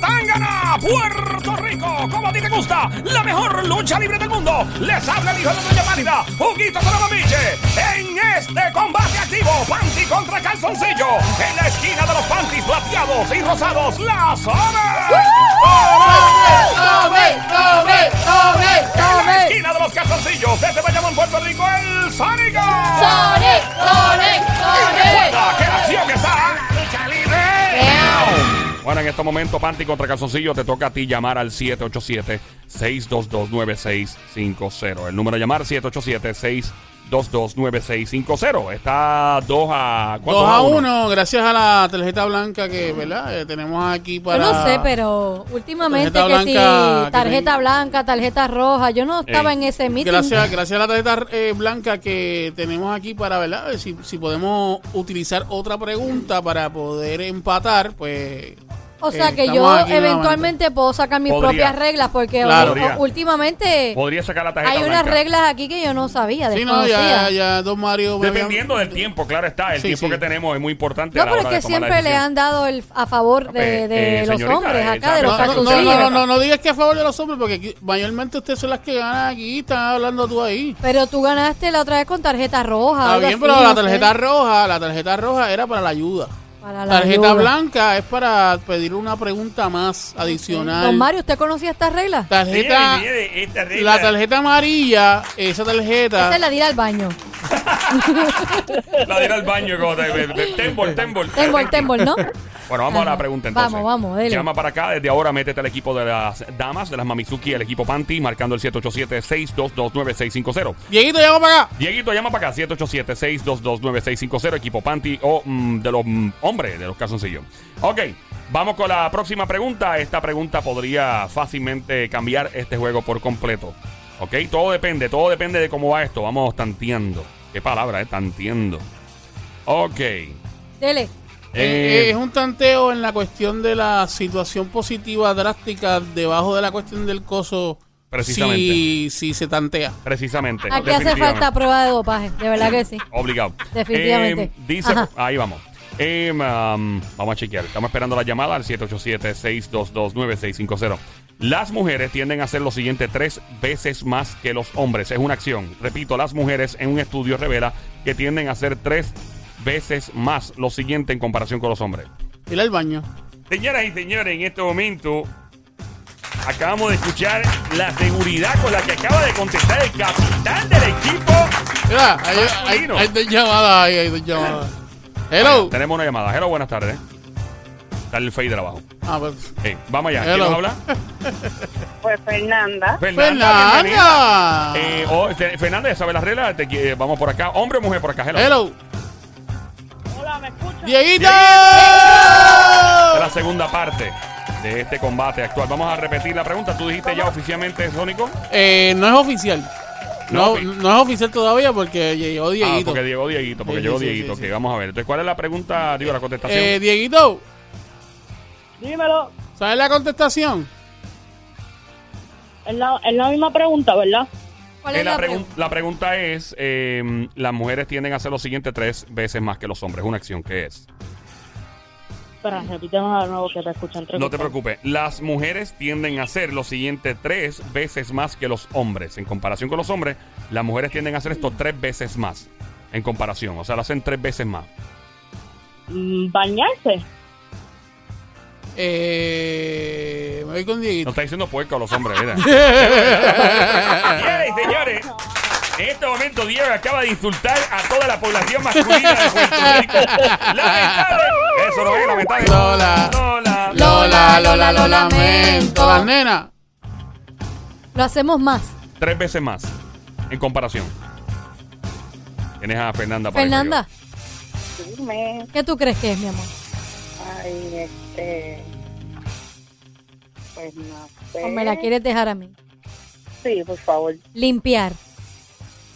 ¡Tángana! ¡Puerto Rico! ¡Como a ti te gusta! ¡La mejor lucha libre del mundo! ¡Les habla el hijo de Doña Pálida! ¡Juguito Miche! ¡En este combate activo! ¡Panty contra calzoncillo! ¡En la esquina de los panties plateados y rosados! ¡Las ¡Ove! ¡En la esquina de los calzoncillos! ¡Desde Bayamón, Puerto Rico! ¡El Sónico! ¡Recuerda que la acción está en lucha libre! Bueno, en estos momentos, Panty contra Calzoncillo, te toca a ti llamar al 787-622-9650. El número a llamar 787-622-9650. Está 2 a 4. 2 a 1, gracias a la tarjeta blanca que, ¿verdad? Eh, tenemos aquí para... Yo no sé, pero últimamente que Tarjeta blanca, si que tarjeta ten- blanca, tarjeta roja, yo no estaba Ey. en ese meeting. Gracias, gracias a la tarjeta eh, blanca que tenemos aquí para, ¿verdad? Eh, Si, si podemos utilizar otra pregunta para poder empatar, pues... O eh, sea que estamos yo aquí nuevamente. eventualmente puedo sacar mis Podría. propias reglas porque Claro. o- Podría. o- últimamente Podría sacar la tarjeta. hay unas blanca. reglas aquí que yo no sabía. Sí, no, ya, desconocía. ya, don Mario... me había- Dependiendo del tiempo, claro está. El Sí, tiempo sí. que tenemos es muy importante. a No, la pero es hora que de tomar la siempre le decisión. han dado el a favor de, Pues, Eh, de eh, los señorita, hombres eh, acá, sabe- de los No, no, no, calzoncillos. no, no, no digas que a favor de los hombres, porque aquí- mayormente ustedes son las que ganan aquí, están hablando tú ahí. Pero tú ganaste la otra vez con tarjeta roja. Está algo bien, así, pero no la sé. tarjeta roja, la tarjeta roja era para la ayuda. Para La la tarjeta ayuda. blanca es para pedir una pregunta más adicional. Don Mario, ¿usted conocía estas reglas? tarjeta, Mire, mire, esta regla. la tarjeta amarilla, esa Esa tarjeta. es la de ir al baño. La de ir al baño. como te- Tembol, tembol. Tembol, tembol, ¿no? Bueno, vamos a la Ajá. pregunta entonces. Vamos, vamos, dele. Llama para acá, desde ahora métete al equipo de las damas, de las Mamizuki, el equipo Panty, marcando el 787-622-9650. Dieguito, llama para acá. Dieguito, llama para acá, 787-622-9650, equipo Panty o mm, de los mm, hombres, de los calzoncillos. Ok, vamos con la próxima pregunta. Esta pregunta podría fácilmente cambiar este juego por completo. Ok, todo depende, todo depende de cómo va esto. Vamos tanteando. Qué palabra, eh, tanteando. Ok. Dele. Eh, Eh, es un tanteo en la cuestión de la situación positiva drástica debajo de la cuestión del coso. Precisamente. Si, si se tantea. Precisamente. Aquí hace definitivamente. falta prueba de dopaje, de verdad que sí. Obligado. Definitivamente. Eh, dice, Ajá. ahí vamos. Eh, um, vamos a chequear. Estamos esperando la llamada al 787-622-9650. Las mujeres tienden a hacer lo siguiente tres veces más que los hombres. Es una acción. Repito, las mujeres en un estudio revela que tienden a hacer tres veces más lo siguiente en comparación con los hombres. Ir al baño. Señoras y señores, en este momento acabamos de escuchar la seguridad con la que acaba de contestar el capitán del equipo. Mira, hay, hay, Masculino. hay dos llamadas ahí, hay dos llamadas. Hello. Tenemos una llamada. Hello, buenas tardes. Dale el fader abajo. Ah, pues. Eh, vamos allá. ¿Quién Hello. nos habla? Pues Fernanda, Fernanda. bienvenida. Fernanda. Eh, o- te- Fernanda, ya sabes las reglas. Te qui- eh, vamos por acá. Hombre o mujer por acá. Hello. Hello. hola, ¿me escuchas? Dieguito. Es la segunda parte de este combate actual. Vamos a repetir la pregunta. Tú dijiste ya oficialmente, Sónico. Ah, Eh, no es oficial. No, No, ok. no es oficial todavía porque llegó Ah, Dieguito. porque llegó Dieguito. Porque Sí, llegó sí, sí, Dieguito. sí, ok, sí. vamos a ver. Entonces, ¿cuál es la pregunta? Digo, la contestación. Eh, Dieguito, Dímelo. ¿sabes la contestación? Es la, es la misma pregunta, ¿verdad? ¿Cuál Eh, es la, la pregun- pregunta? la pregunta es, eh, las mujeres tienden a hacer lo siguiente tres veces más que los hombres. Una acción que es. Espera, repíteme de nuevo que te escuchan tres. No te preocupes. Las mujeres tienden a hacer lo siguiente tres veces más que los hombres. En comparación con los hombres, las mujeres tienden a hacer esto tres veces más. En comparación. O sea, lo hacen tres veces más. Mm, Bañarse. Eh, me voy con No Dieguito. está diciendo puerco a los hombres, mira. Señores y señores, en este momento Diego acaba de insultar a toda la población masculina de Puerto Rico. Lamentable. Eso no es lamentable. Lola. Lola. Lola, Lola, Lola, Lola, lo lo lamento. lamento. Las nenas. Lo hacemos más. Tres veces más. En comparación. Tienes a Fernanda por ahí, Fernanda, Dime. ¿qué tú crees que es, mi amor? Ay, este. Pues no sé. ¿O me la quieres dejar a mí? Sí, por favor. Limpiar.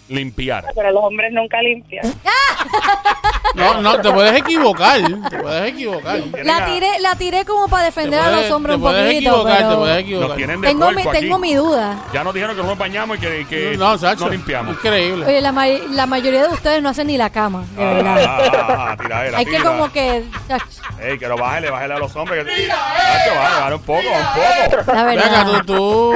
Limpiar. Pero los hombres nunca limpian. No, no, te puedes equivocar. Te puedes equivocar. Te La tiré, la tiré como para defender a los puedes- hombres te un puedes poquito. equivocar, te pero puedes Nos equivocar. tienen de tengo, mi, puerco aquí. tengo mi duda. Ya nos dijeron que no nos bañamos y que, que No, no, Sacho. limpiamos. Increíble. Oye, la, ma- la mayoría de ustedes no hacen ni la cama, de verdad. Ah, tiradera, Hay que tira. como que... Ey, que lo bájale, bájale a los hombres. Que... Chacho, bájale, bájale un poco, un poco. La Ven acá, tú, verdad. tú,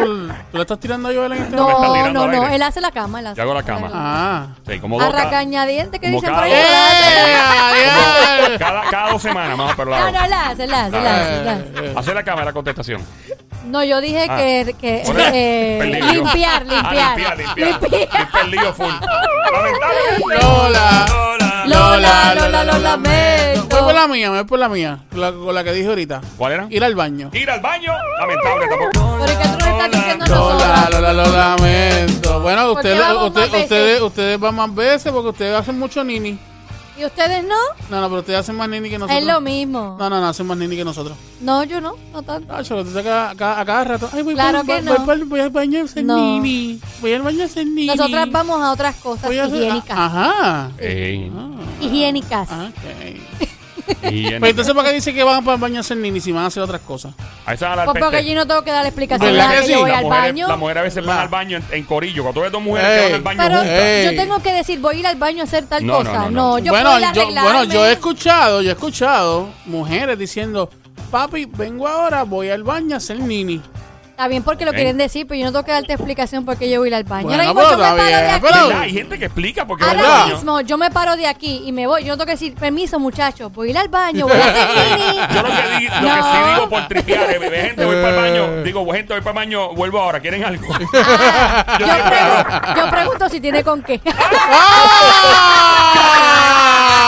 tú le estás tirando a Joel en este momento. está No, tirando no, al no. aire. Él hace la cama. Él hace Yo hago la cama. Ah. Sí, como dos. Cada, Arracañadiente que Como dicen por ahí. cada- ¡Eh! como- ¡Adiós! cada, cada dos semanas más, pero la No, hago. no, la hace, la hace, la hace, la hace. Eh, eh. Hacer la cámara la contestación. No, yo dije Ah. que, que Por eso, eh, perdí yo. limpiar, Ah, limpiar. limpiar, limpiar. Estoy perdido full. Lamentablemente. Lola. Lola. Lola, Lola, lo lamento. Voy por la mía, voy por la mía. La- con la que dije ahorita. ¿Cuál era? Ir al baño. Ir al baño. Lamentable tampoco. Pero es que tú nos estás diciendo a Lola, nosotros. Lola, lo lamento. Bueno, ¿Por qué ustedes, vamos usted- más veces? ustedes, ustedes van más veces porque ustedes hacen mucho nini. ¿Y ustedes no? No, no, pero ustedes hacen más nini que nosotros. Es lo mismo. No, no, no, hacen más nini que nosotros. No, yo no, no tanto. Ah, chaval, tú sacas a cada, a cada rato. Ay, voy, Claro pa'l- que voy, no. voy pa'l- voy al baño a hacer No. nini. Voy al baño a hacer nini. Nosotras vamos a otras cosas Voy a hacer- higiénicas. Ajá. Ey. Higiénicas. Ah, ok. Y en- Pero Pues entonces, ¿para qué dice que van para el baño a hacer nini si van a hacer otras cosas? A esa la Pues porque allí no tengo que dar explicación. ¿Verdad nada, que que sí? Yo voy La al mujer, baño. La mujer a veces van La- al baño en, en corillo. Cuando tú ves dos mujeres que Ey. van al baño Pero juntas. Ey. yo tengo que decir, voy a ir al baño a hacer tal No, no, cosa. no, no. No, yo bueno, puedo ir a yo, arreglarme. bueno, yo he escuchado, yo he escuchado mujeres diciendo, papi, vengo ahora, voy al baño a hacer nini. Está bien porque lo Ok. quieren decir, pero yo no tengo que darte explicación porque yo voy a ir al baño. Bueno, Ahora mismo pero yo me está paro de bien, aquí. pero- ¿Verdad? Hay gente que explica porque Ah, van al ¿verdad? Ahora baño. mismo yo me paro de aquí y me voy. Yo no tengo que decir, permiso muchachos, voy a ir al baño, voy a hacer nini. Yo lo que, di- lo que sí digo por tripear, eh, bebé, gente, voy para el baño. Digo, gente, voy para el baño, vuelvo ahora, ¿quieren algo? Ah, yo, pregun- yo pregunto si tiene con qué. ¡Ah!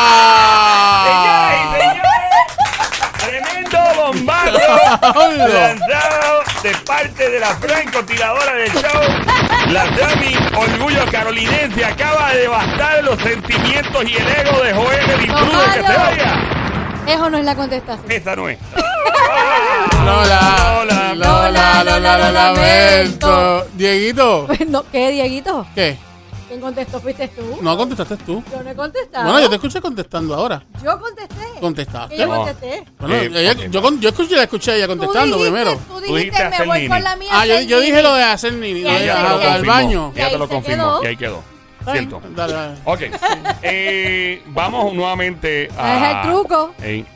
Señoras y ¡Ah! señores, Tremendo bombazo lanzado de parte de la francotiradora del show. La Dami Orgullo Carolinense acaba de devastar los sentimientos y el ego de Joel el intruso que se vaya. Eso no es la contestación. Esa no es. Lola, Lola, Lola, Lola, lo lamento. Dieguito, Pues No, ¿Qué, Dieguito? ¿qué? ¿Quién contestó? ¿Fuiste tú? No contestaste tú. Yo no he contestado. Bueno, yo te escuché contestando ahora. Yo contesté. ¿Contestaste? Que Yo No. contesté. Bueno, Eh, ella- ok. yo, con- yo escuché, la escuché a ella contestando tú dijiste, primero. Tú Tú dijiste dijiste, hacer me voy nini. con la mía. Ah, yo, hacer yo nini. dije lo de hacer nini, Y no, ahí de- se al, quedó. al baño. Ya te lo Y ahí se confirmó. quedó. Y ahí quedó. Eh, Cierto. Dale, dale. Ok. Eh, vamos nuevamente a. Es el truco. Ey.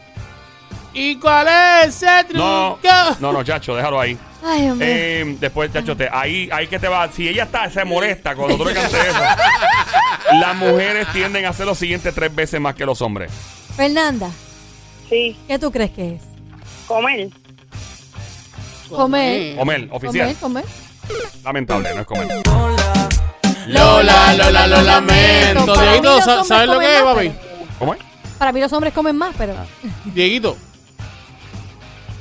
¿Y cuál es ese truco? No, no, no, chacho, déjalo ahí. Ay, Dios mío. Eh, después, chacho, te, ahí, ahí que te va. Si ella está, se molesta cuando tú le cantes eso. Las mujeres tienden a hacer lo siguiente tres veces más que los hombres. Fernanda, Sí, ¿qué tú crees que es? comer. Comer. Comer, oficial. Comer, comer. Lamentable, no es comer. Lola, Lola, lo lamento. Para mí Dieguito, los ¿sa- hombres ¿sabes lo comen que es, más, papi? ¿Cómo es? Para mí los hombres comen más, pero... Ah. Dieguito.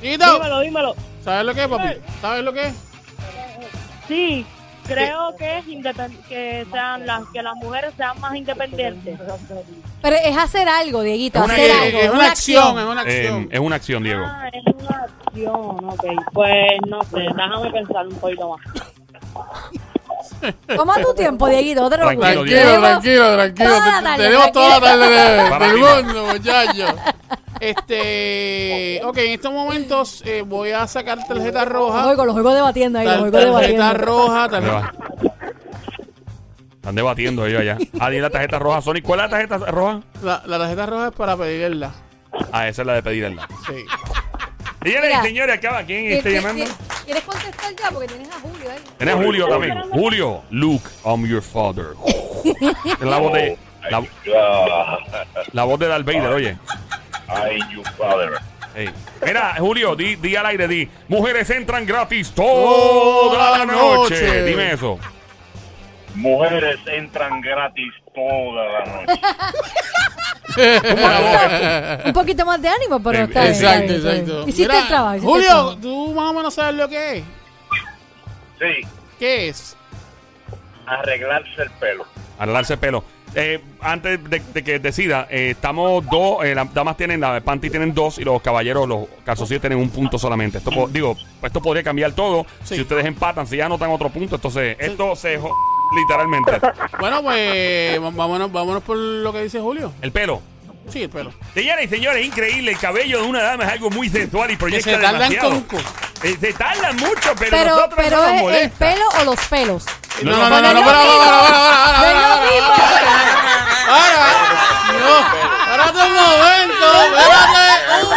Dieguito, Dímelo, dímelo. ¿sabes lo que es, papi? ¿Sabes lo que es? Sí, creo que, es independ- que, sean las, que las mujeres sean más independientes. Pero es hacer algo, Dieguito, Es una- hacer eh, algo. es una acción, es una Eh, acción. es una acción, Diego. Ah, es una acción, ok. Pues no sé, déjame pensar un poquito más. Toma tu tiempo, Dieguito, no te preocupes. Tranquilo, Tranquilo, Diego. tranquilo, tranquilo. Toda la Te- tarde, Tenemos toda la tarde de- Para del ti. mundo, muchachos. Este. Ok, en estos momentos eh, voy a sacar tarjeta Los roja. oigo, los oigo debatiendo ahí, los Tar- oigo Tarjeta debatiendo. roja, Ahí tarjeta. va. Están debatiendo ellos allá. Ah, di la tarjeta roja, Sony. ¿Cuál es la tarjeta roja? La, la tarjeta roja es para pedirla. Ah, esa es la de pedirla. Sí. Señores Mira. y señores, acaba. ¿Quién está ¿Quieres- llamando? ¿Quieres contestar ya? Porque tienes a Julio ahí. Tenés a Julio también. Julio, look, I'm your father. Es la voz de. La, la voz de Darth Vader, oye. Ah, Ay, you father. Ey. Mira, Julio, di, di al aire, di. Mujeres entran gratis toda la noche. Dime eso. Mujeres entran gratis toda la noche. Ah, Un poquito más de ánimo, pero Eh, está bien, está Exacto, bien, está bien. exacto. Hiciste Mira, el trabajo. hiciste el Julio, trabajo. tú más o menos sabes lo que es. Sí, ¿Qué es? arreglarse el pelo. Arreglarse el pelo. Eh, antes de, de que decida, eh, estamos dos. eh, las damas tienen, las panty tienen dos y los caballeros, los calzoncillos tienen un punto solamente. Esto po- Digo, esto podría cambiar todo. Sí. Si ustedes empatan, si ya anotan otro punto, entonces esto se. jo- literalmente. Bueno, pues va- vámonos, vámonos por lo que dice Julio. El pelo. Sí, el pelo. Señoras y señores, increíble. El cabello de una dama es algo muy sensual y Que proyecta se tardan demasiado. con... con- Eh, se tardan mucho, pero, Pero, nosotros pero no nos ¿es el molesta. pelo o los pelos. No, no, no, no, no, para, para, para, para, para, para, para, para. No, espérate un momento, espérate un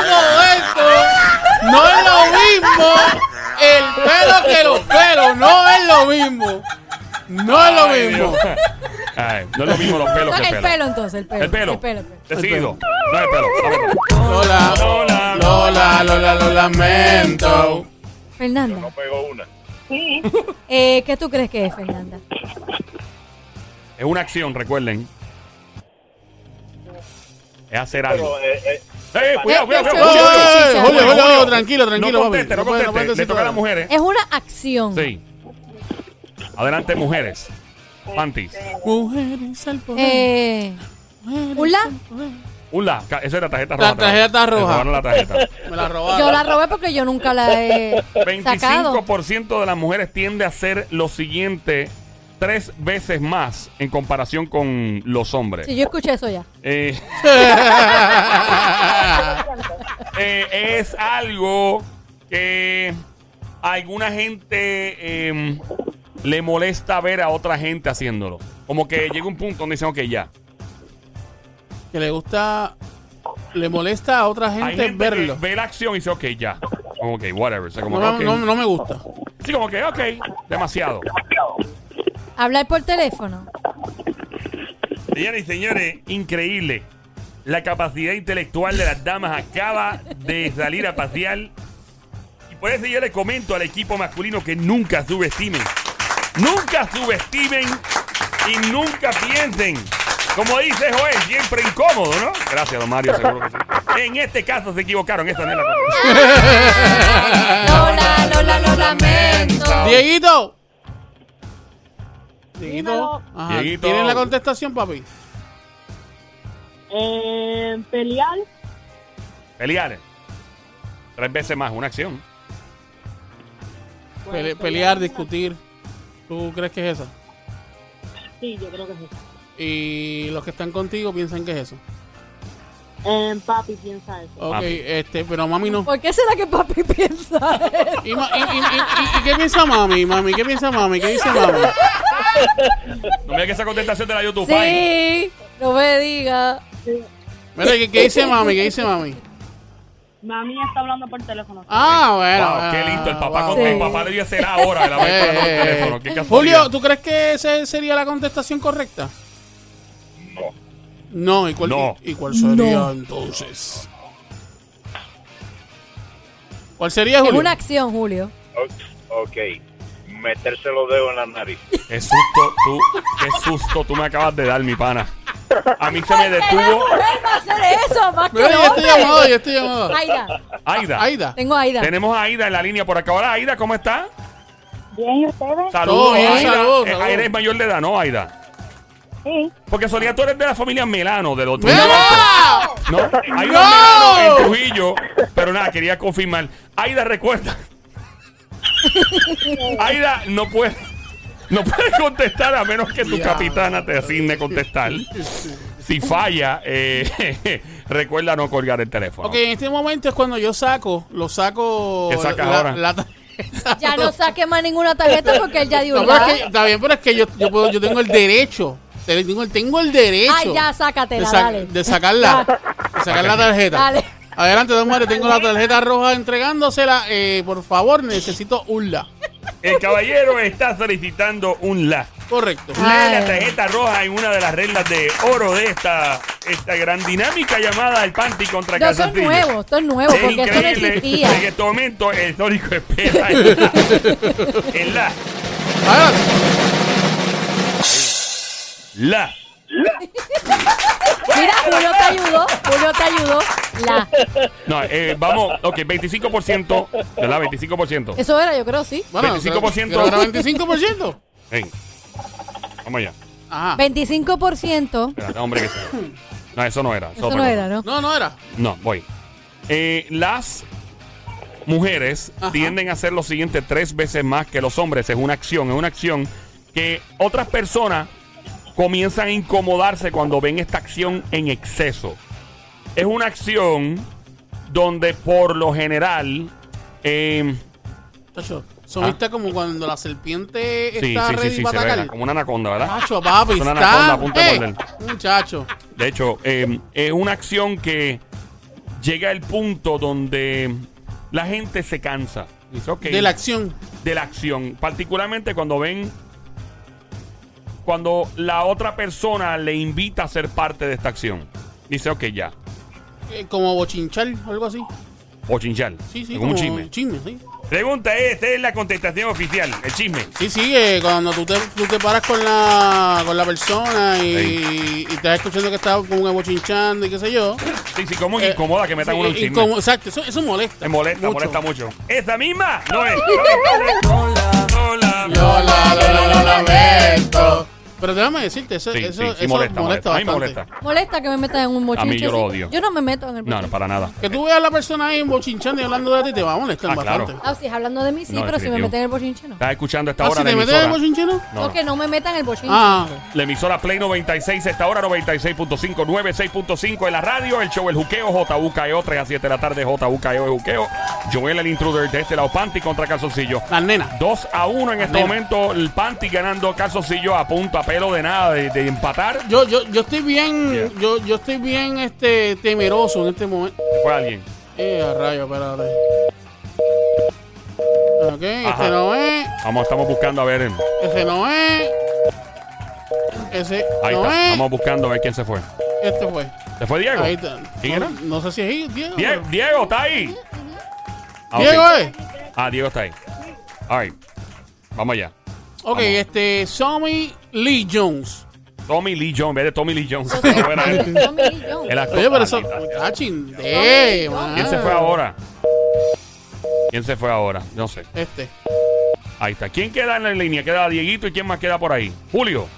momento. No es lo mismo el pelo que los pelos, no es lo mismo. No es lo mismo. Ay, no es lo mismo los pelos que el el pelo. pelo entonces, el pelo. El pelo. El pelo. el pelo. Decidido. No es el pelo. Vámonos. Lola, Lola, Lola, Lola, lo lamento. No Fernanda, pegó una. Sí, eh, ¿qué tú crees que es, Fernanda? Es una acción, recuerden. Es hacer algo. Pero, eh, eh, ¡Eh, cuidado, cuidado, Eh, cuidado! eh, cuidado. eh, eh, Julio, Julio, Julio, tranquilo, No tranquilo, conteste, no papi. puede- conteste. puede decir Le toca a todo. las mujeres. Es una acción. Sí. Adelante, mujeres. Panties. Mujeres al poder. Eh, mujeres ¿Ula? al poder. Ula, ca- esa era tarjeta La roja. tarjeta Me roja. robaron la tarjeta. Me la yo robaron. la robé porque yo nunca la he sacado. 25% de las mujeres tiende a hacer lo siguiente tres veces más en comparación con los hombres. Sí, yo escuché eso ya. Eh, eh, es algo que a alguna gente eh, le molesta ver a otra gente haciéndolo. Como que llega un punto donde dicen, ok, ya. que le gusta, le molesta a otra gente, Hay gente verlo. que ve la acción y dice, ok, ya. Como, Ok, whatever. O sea, como, no, me- ok. no- no me gusta. Sí, como que, ok, demasiado. Hablar por teléfono. Señoras y señores, increíble. La capacidad intelectual de las damas acaba de salir a pasear. Y por eso yo le comento al equipo masculino que nunca subestimen. Nunca subestimen y nunca piensen. Como dice Joel, siempre incómodo, ¿no? Gracias, don Mario, seguro que sí. En este caso se equivocaron. Esta no es la- Lola, Lola, lo lamento. Dieguito. Dieguito. Dímelo. Ajá. Dieguito. ¿Tienes la contestación, papi? eh, pelear, Pelear. Tres veces más, una acción. Bueno, Pele- pelear, pelear, discutir. ¿Tú crees que es esa? sí, yo creo que sí. Y los que están contigo piensan que es eso. Eh, papi piensa eso. Ok, Papi. este, pero mami no. ¿Por qué será que papi piensa eso? ¿Y, ma- y- y- y- y- y qué piensa mami? Mami, ¿qué piensa mami? ¿Qué dice mami? No me digas que esa contestación de la YouTube. Pai. Sí, no me diga. Mira, ¿qué, qué dice mami? ¿Qué dice mami? Mami está hablando por teléfono. Ah, bueno. ah, Wow, qué lindo. El papá, wow. con, el papá le dio ese la hora de la vez Eh, por el eh, teléfono. eh. Qué casualidad. Julio, ¿tú crees que esa sería la contestación correcta? no. No, ¿y cuál, No. y- y cuál sería entonces? ¿Cuál sería, Es Julio? una acción, Julio. O- Ok. Meterse los dedos en la nariz. Qué susto, tú, qué susto tú me acabas de dar, mi pana. A mí se me detuvo. va a hacer eso más Mira, yo estoy llamado, yo estoy llamado. Aida, Aida. Aida. tengo a Aida. Tenemos a Aida en la línea por acá. Hola, Aida, ¿cómo está? Bien, ¿y ustedes? Saludos, Todo bien, Aida. saludos, Eh, saludos. Aida es mayor de edad, ¿no, Aida? Sí. Porque solía tú eres de la familia Melano, de los ¡Mira! ¿No? Aida ¡No! Melano en Trujillo. Pero nada, quería confirmar. Aida, recuerda. Aida no puede, no puede contestar a menos que tu Ya. capitana te asigne contestar. Si falla, eh, recuerda no colgar el teléfono. Ok, en este momento es cuando yo saco, lo saco. ¿Qué sacas la- ahora? la tarjeta. Ya no saque más ninguna tarjeta porque él ya dio No, pero es que- está bien, pero es que yo, yo, puedo- yo tengo el derecho. Te- Tengo, tengo el derecho. Ay, ya, de, sácatela, sa- dale. de sacarla. De sacar la tarjeta. Dale. Adelante, don Mario. Tengo la tarjeta roja entregándosela. Eh, por favor, necesito un la. El caballero está solicitando un la. Correcto. Lee la Ay. tarjeta roja en una de las reglas de oro de esta, esta gran dinámica llamada el panty contra No, esto es calzoncillo. nuevo, esto es nuevo, Es porque esto no existía. En este momento el tónico espera el la. El la. Adelante. La. Mira, Julio te ayudó, Julio te ayudó. La. No, eh, vamos, ok, 25%, ¿verdad? 25%. Eso era, yo creo, sí. Bueno, 25%. creo- creo que era 25%. Ven. Vamos allá. Ajá. 25%. Espera, no, hombre, que sea. No, eso no era. Eso otra no cosa. era, ¿no? No, no era. No, voy. Eh, las mujeres Ajá. tienden a hacer lo siguiente tres veces más que los hombres. Es una acción, es una acción que otras personas comienzan a incomodarse cuando ven esta acción en exceso. es una acción donde por lo general eh, Tacho, subiste como cuando la serpiente Ah. sí, está sí, ready sí, sí, se para ve atacar. como una anaconda, ¿verdad? Tacho, papi, Es una anaconda está. a punto de eh, morder. muchacho. De hecho, eh, es una acción que llega al punto donde la gente se cansa. Dice, ok, De la acción. de la acción. Particularmente cuando ven. Cuando la otra persona le invita a ser parte de esta acción. Dice, ok, ya. eh, como bochinchar, algo así. O chinchar. Sí, sí, Es como un chisme. sí. Pregunta, eh, esta es la contestación oficial. El chisme. Sí, sí, eh, cuando tú te, tú te paras con la, con la persona y, y estás escuchando que está como que bochinchando y qué sé yo. Sí, sí, como eh, incomoda que metan sí, uno un y chisme. como- exacto, eso, eso molesta. Me molesta, mucho. molesta mucho. ¿Esa misma? No es. Hola, hola. Lola, Lola, lo lamento. Pero déjame decirte, eso, Sí, eso, sí, sí, eso molesta, molesta. molesta, A mí me bastante. molesta. Molesta que me metan en un A bochinche. mí yo lo sí. odio. Yo no me meto en el No, no, bochinche. para nada. Que tú veas a la persona ahí bochinchando y hablando de ti, te va a molestar Ah, claro. bastante. Ah, si es hablando de mí, sí, No, pero si me definitivo. meten en el bochinche, no. Estás escuchando esta Ah, hora si de te metes en emisora. el bochinchero. No, no. No, que no me metan en el bochinche. Ah, ok. La emisora Play 96, esta hora 96.5, 96.5 en la radio, el show El Juqueo, JUKEO, 3 E a 7 de la tarde, JUKEO, E El Juqueo. Joel el intruder de este lado, Panty contra Calzoncillo. las nenas. 2 a 1 en este Nena. momento, el Panty ganando Calzoncillo a punto, a pelo de nada, de, de empatar. Yo, yo, yo estoy bien, Yeah. yo, yo estoy bien este temeroso en este momento. Se Fue alguien. Eh, a rayo, espérate. Ok, Ajá. este no es, Vamos, estamos buscando a ver. eh, ese no es, ese Ahí no está, es, estamos buscando a ver quién se fue. este fue. ¿Se fue Diego? eh. Ahí está. ¿Quién no, era? no sé si es él, Diego. Diego, Diego, está ahí. Ah, ok. Diego eh. es. Ah, Diego está ahí. All right. Vamos allá. Ok, este, Somi Lee Jones. Tommy Lee Jones, ve de Tommy Lee Jones. Yo soy No, era él. Yo me di yo. El actor. Oye, pero Ah, eso. sí, está. Ah, chindé, man. ¿Quién se fue ahora? ¿Quién se fue ahora? No sé. Este. Ahí está. ¿Quién queda en la línea? Queda Dieguito y quién más queda por ahí. Julio.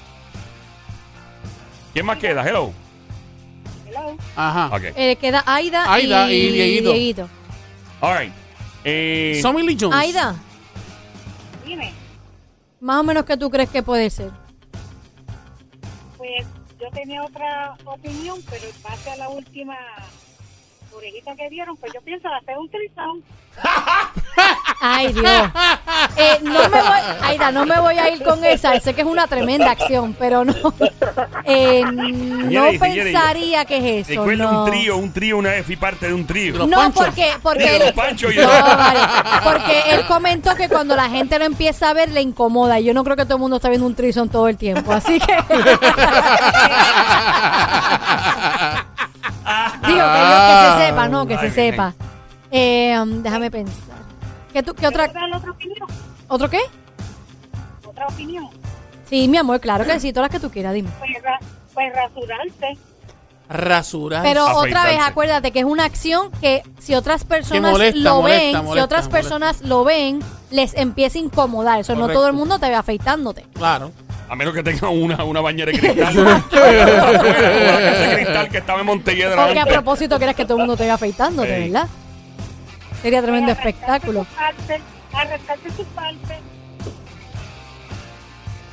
¿Quién más queda? Hello. Ajá. Ok. Eh, queda Aida, Aida y Dieguito. All right. Eh, Somi Lee Jones. Aida, Dime, más o menos que tú crees que puede ser. pues yo tenía otra opinión, pero en base a la última orejita que dieron, pues yo pienso hacer un trisón. Ay, Dios. Eh, no me voy, Aida, no me voy a ir con esa. Sé que es una tremenda acción, pero no. Eh, no Señores, pensaría que es eso. recuerda no. un trío, un trío una vez fui parte de un trío. Los No, Pancho. porque, porque De los él, Pancho y No, los- vale. porque él comentó que cuando la gente lo empieza a ver le incomoda. Y yo no creo que todo el mundo está viendo un trison todo el tiempo. Así que digo que, yo- que se sepa, no, que Ay, se bien. sepa. Eh, um, déjame pensar. ¿Qué, tú, qué ¿Puedo otra, dar otra opinión? otro qué? Otra opinión. Sí, mi amor, claro que sí, todas las que tú quieras, dime. Pues, ra- pues rasurarse. Rasurar. Pero Afeitarse. otra vez, acuérdate que es una acción que si otras personas molesta, lo molesta, ven, si molesta, otras molesta. personas lo ven, les empieza a incomodar. Eso no Correcto. todo el mundo te ve afeitándote. Claro. A menos que tenga una, una bañera de cristal. Ese cristal que estaba en Montelledra. Porque a antes. propósito quieres que todo el mundo te vea afeitándote, Ey. ¿verdad? Sería tremendo Pues, arrancarse espectáculo. sus partes, Arrancarse sus partes.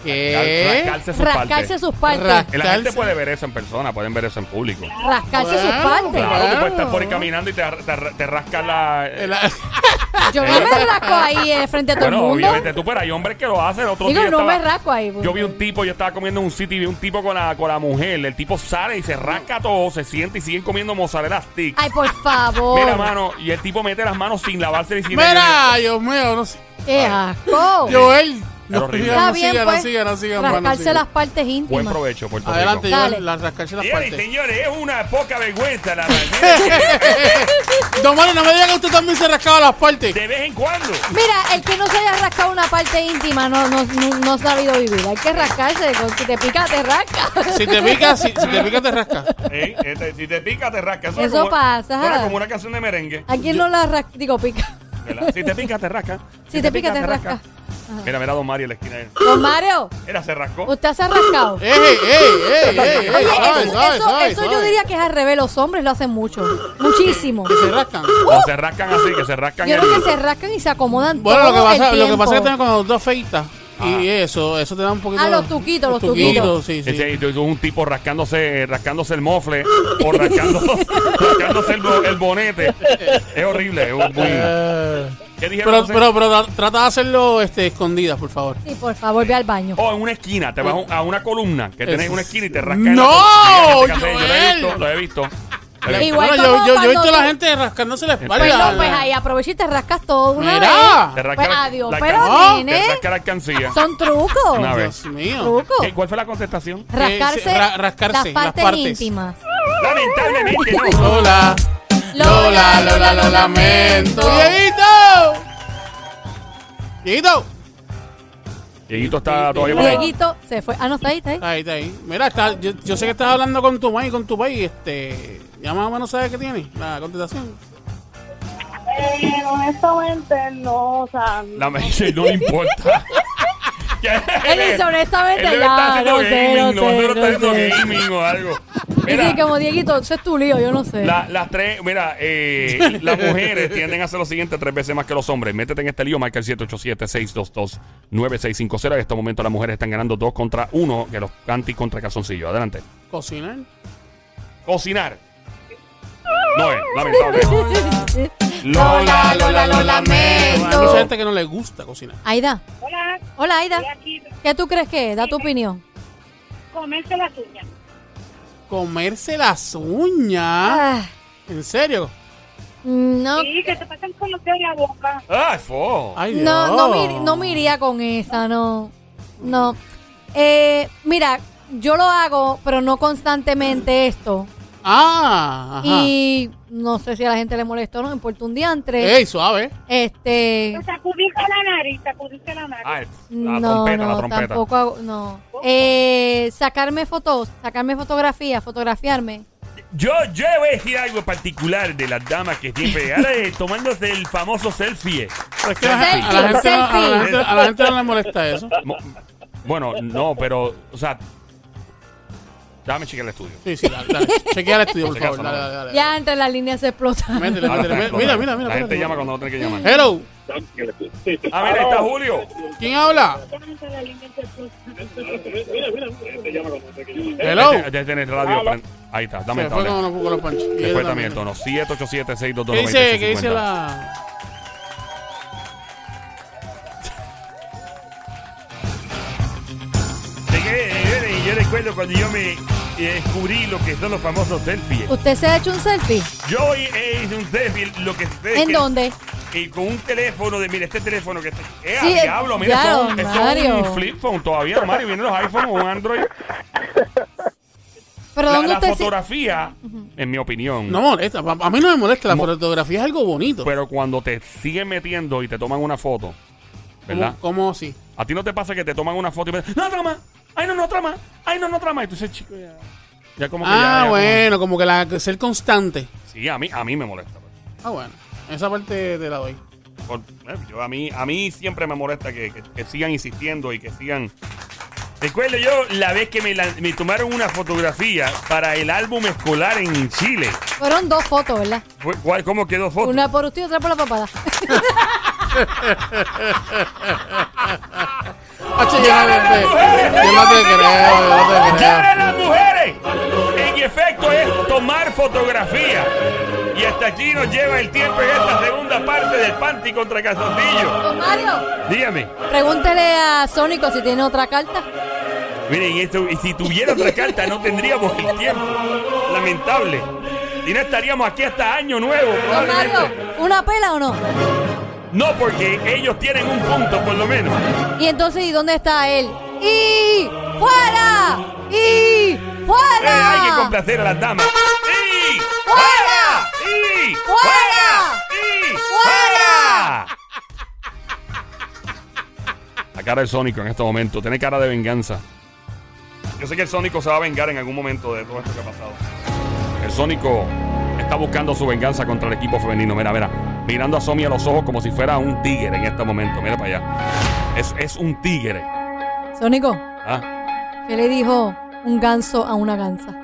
¿Qué? Rascarse sus partes. Rascarse sus partes. Rascarse. La gente Calza. puede ver eso en persona, pueden ver eso en público. Rascarse sus Claro, Claro, tú partes. Claro. puedes estar por ahí caminando y te, te, te rascas la. La- Yo no me rasco ahí eh, frente a todo el Bueno, mundo. obviamente tú, pero hay hombres que lo hacen. Otro Digo, día no estaba- me rasco ahí. pues. porque- Yo vi un tipo, yo estaba comiendo en un sitio y vi un tipo con la, con la mujer. El tipo sale y se rasca todo, se siente y siguen comiendo mozzarella stick. Ay, por favor. Mira, mano, y el tipo mete las manos sin lavarse ni sin Mira, Dios mío, no sé. Qué asco. Joel. No, horrible. siga, Está no bien, siga, no pues. siga, no siga, hermano, no rascarse siga. las partes Buen íntimas. provecho, Puerto Adelante, Rico. Joel, Dale. las rascarse las Señores y partes. señores, es una poca vergüenza la verdad. Don Mario, no me diga que usted también se rascaba las partes. De vez en cuando. Mira, el que no se haya rascado una parte íntima no, no, no, no ha sabido vivir. Hay que rascarse. con- Si te pica, te rasca. Si te pica, si, si te pica, te rasca. Eh, eh, te- si te pica, te rasca. Eso pasa. Bueno, como una canción de merengue. ¿A quién no la rasca? Digo, pica. ¿verdad? Si te pica, te rasca. Si te pica, te rasca. Mira, mira a Don Mario en la esquina. de él. Don Mario, Mira, se rascó. usted se ha rascado. ¡Ey, ey, ey, ey! ey suave, Oye, eso, suave, eso- suave, eso yo suave. diría que es al revés. Los hombres lo hacen mucho. Muchísimo. Que se rascan. No, se rascan así, que se rascan Yo el- creo que se rascan y se acomodan Bueno, lo que todo el pasa, lo que tiempo. pasa es que tengo cuando tú afeitas, y eso, eso te da un poquito. Ah, los tuquitos, los tuquitos. sí, Eh, sí. Ah. Ese- es un tipo rascándose, eh, rascándose el mofle o rascando- rascándose el, bo- el bonete. Es horrible. Es un- muy- Eh, ¿Qué dijeron? pero, José? pero, pero tra- trata de hacerlo este, escondidas, por favor. Sí, por favor, ve al baño. Oh, O Oh, en una esquina, te vas a un- a una columna que tenés Eso una es- esquina y te rascas. en ¡No, la columna. Fíjate, Yo lo he Joel! visto, lo he visto. Lo he visto. Igual Bueno, como yo, yo, yo he cuando visto a tú- la gente rascándose la espalda. Pues no, la- pues ahí aprovecha y te rascas todo de una Mira. Te vez. rasca Pues la- adiós, la pero alcancía. nene, Te rasca la alcancía. son trucos. Una vez. Dios mío. Trucos. ¿Qué- ¿Cuál fue la contestación? Rascarse, Eh, ra- rascarse las, partes las partes. íntimas. Lamentablemente no. Lola, Lola, Lola, lo lamento. ¡Dieguito! ¡Dieguito! Dieguito está todavía por ahí. Dieguito se fue. Ah, no, está ahí, está ahí. Ahí está ahí. Mira, está, yo, yo sé que estás hablando con tu mamá y con tu país. Este, ya más o menos sabes qué tiene la contestación. Eh, honestamente, no, o sea, La me dice, no le importa. Él dice, honestamente, Él debe ya, estar haciendo no sé, gaming, no no, él sé, debe estar no haciendo sé. gaming o algo. Dice Mira, como Dieguito, eso es tu lío, yo no sé. la- las tres, mira, eh, las mujeres tienden a hacer lo siguiente tres veces más que los hombres. Métete en este lío, marca el 787-622-9650. En este momento las mujeres están ganando dos contra uno, que los cantis contra calzoncillo. Adelante. Cocinar. Cocinar. No es, lamentable. Lola, Lola, lo Hay mucha lamento. gente que no le gusta cocinar. Aida, hola, hola Aida, aquí, ¿qué tú crees que es? Da tu opinión. comerse las uñas. Comerse las uñas. Ah, ¿En serio? No, Sí, que te pasan con los dedos en la boca. ¡Ay, fo! Ay, no, no, Dios. me, no me iría con esa, no. No. Eh, mira, yo lo hago, pero no constantemente esto. Ah, ajá. Y no sé si a la gente le molesta o no, importa un diantre. Ey, suave. Este. Te sacudiste la nariz, sacudiste la nariz. Ay, la No, trompeta, no, la trompeta. tampoco hago- no. Eh, sacarme fotos, sacarme fotografía, fotografiarme. Yo, yo voy a decir algo particular de las damas que siempre ahora, eh, tomándose el famoso selfie. Pero es que a la- Selfie, a la gente no- a la selfie. gente- a la gente no le molesta eso. Mo- Bueno, no, pero, o sea, déjame chequear el estudio. Sí, sí, dale, dale. Chequea el estudio, por Por si acaso, favor. Dale, no. dale, dale. Ya entre las líneas se explotan. Métele, Ahora métele, está métele. Mira, explotando. mira, mira. La gente espérate. Eh, llama cuando no tiene que llamar. Hello, Ah, mira, ahí está Julio. ¿quién habla? Ya entre las líneas se cruzan. Hello. Ahí te- ahí tenés radio. prend- Ahí está, Eh, dame Se el fue tono. como no pudo los panchos. Y Después él también el también. tono. 787 622 ¿Qué dice, ¿Qué dice la...? Yo recuerdo cuando yo me eh, descubrí lo que son los famosos selfies. ¿Usted se ha hecho un selfie? Yo hice un selfie, lo que ¿En dónde? y con un teléfono de mira este teléfono que está eh, Sí, ah, diablo mira ya, eso don es un- eso Mario. es un flip phone todavía don Mario vienen los iPhone o un Android ¿Pero la, dónde la usted se- fotografía en mi opinión No molesta. pa- A mí no me molesta. La fotografía es algo bonito. pero cuando te siguen metiendo y te toman una foto ¿verdad? ¿Cómo, cómo así? a ti no te pasa que te toman una foto y me dicen, no otra más ay no no otra más ay no no otra más y tú dices chico ya, ya como que ya- ya Ah, como- bueno, como que la ser constante. sí a mí a mí me molesta pues. Ah, bueno. Esa parte te la doy. Por- eh, yo, a, mí, a mí siempre me molesta que, que- que sigan insistiendo y que sigan. Recuerdo yo la vez que me, la- me tomaron una fotografía para el álbum escolar en Chile. Fueron dos fotos, ¿verdad? Fue- ¿cuál- ¿Cómo quedó foto? Una por usted y otra por la papada. Hacho, yo no te- yo no te creo, yo no te ¡Ya creo. las mujeres! En efecto es tomar fotografía. Y hasta aquí nos lleva el tiempo en esta segunda parte del Panty contra Calzoncillo. Don Mario, Dígame. pregúntele a Sónico si tiene otra carta. Miren, y esto- y si tuviera otra carta no tendríamos el tiempo. Lamentable. Y no estaríamos aquí hasta año nuevo, Don probablemente. Mario, ¿una pela o no? No, porque ellos tienen un punto, por lo menos. Y entonces, ¿y dónde está él? ¡Y fuera! ¡Y Eh, hay que fuera! complacer a las damas. ¡Y ¡Fuera! ¡Y ¡Fuera! ¡Y ¡Fuera! La cara del Sónico en este momento. Tiene cara de venganza. Yo sé que el Sónico se va a vengar en algún momento de todo esto que ha pasado. El Sónico está buscando su venganza contra el equipo femenino. Mira, mira. Mirando a Somi a los ojos como si fuera un tigre en este momento. Mira para allá. Es, es un tigre. Sónico, ¿ah? ¿qué le dijo un ganso a una gansa?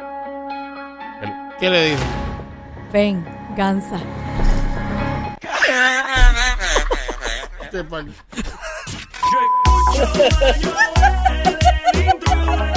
¿Qué le dijo? Ven, gansa. Este par- Yo- Yo la lloré dentro de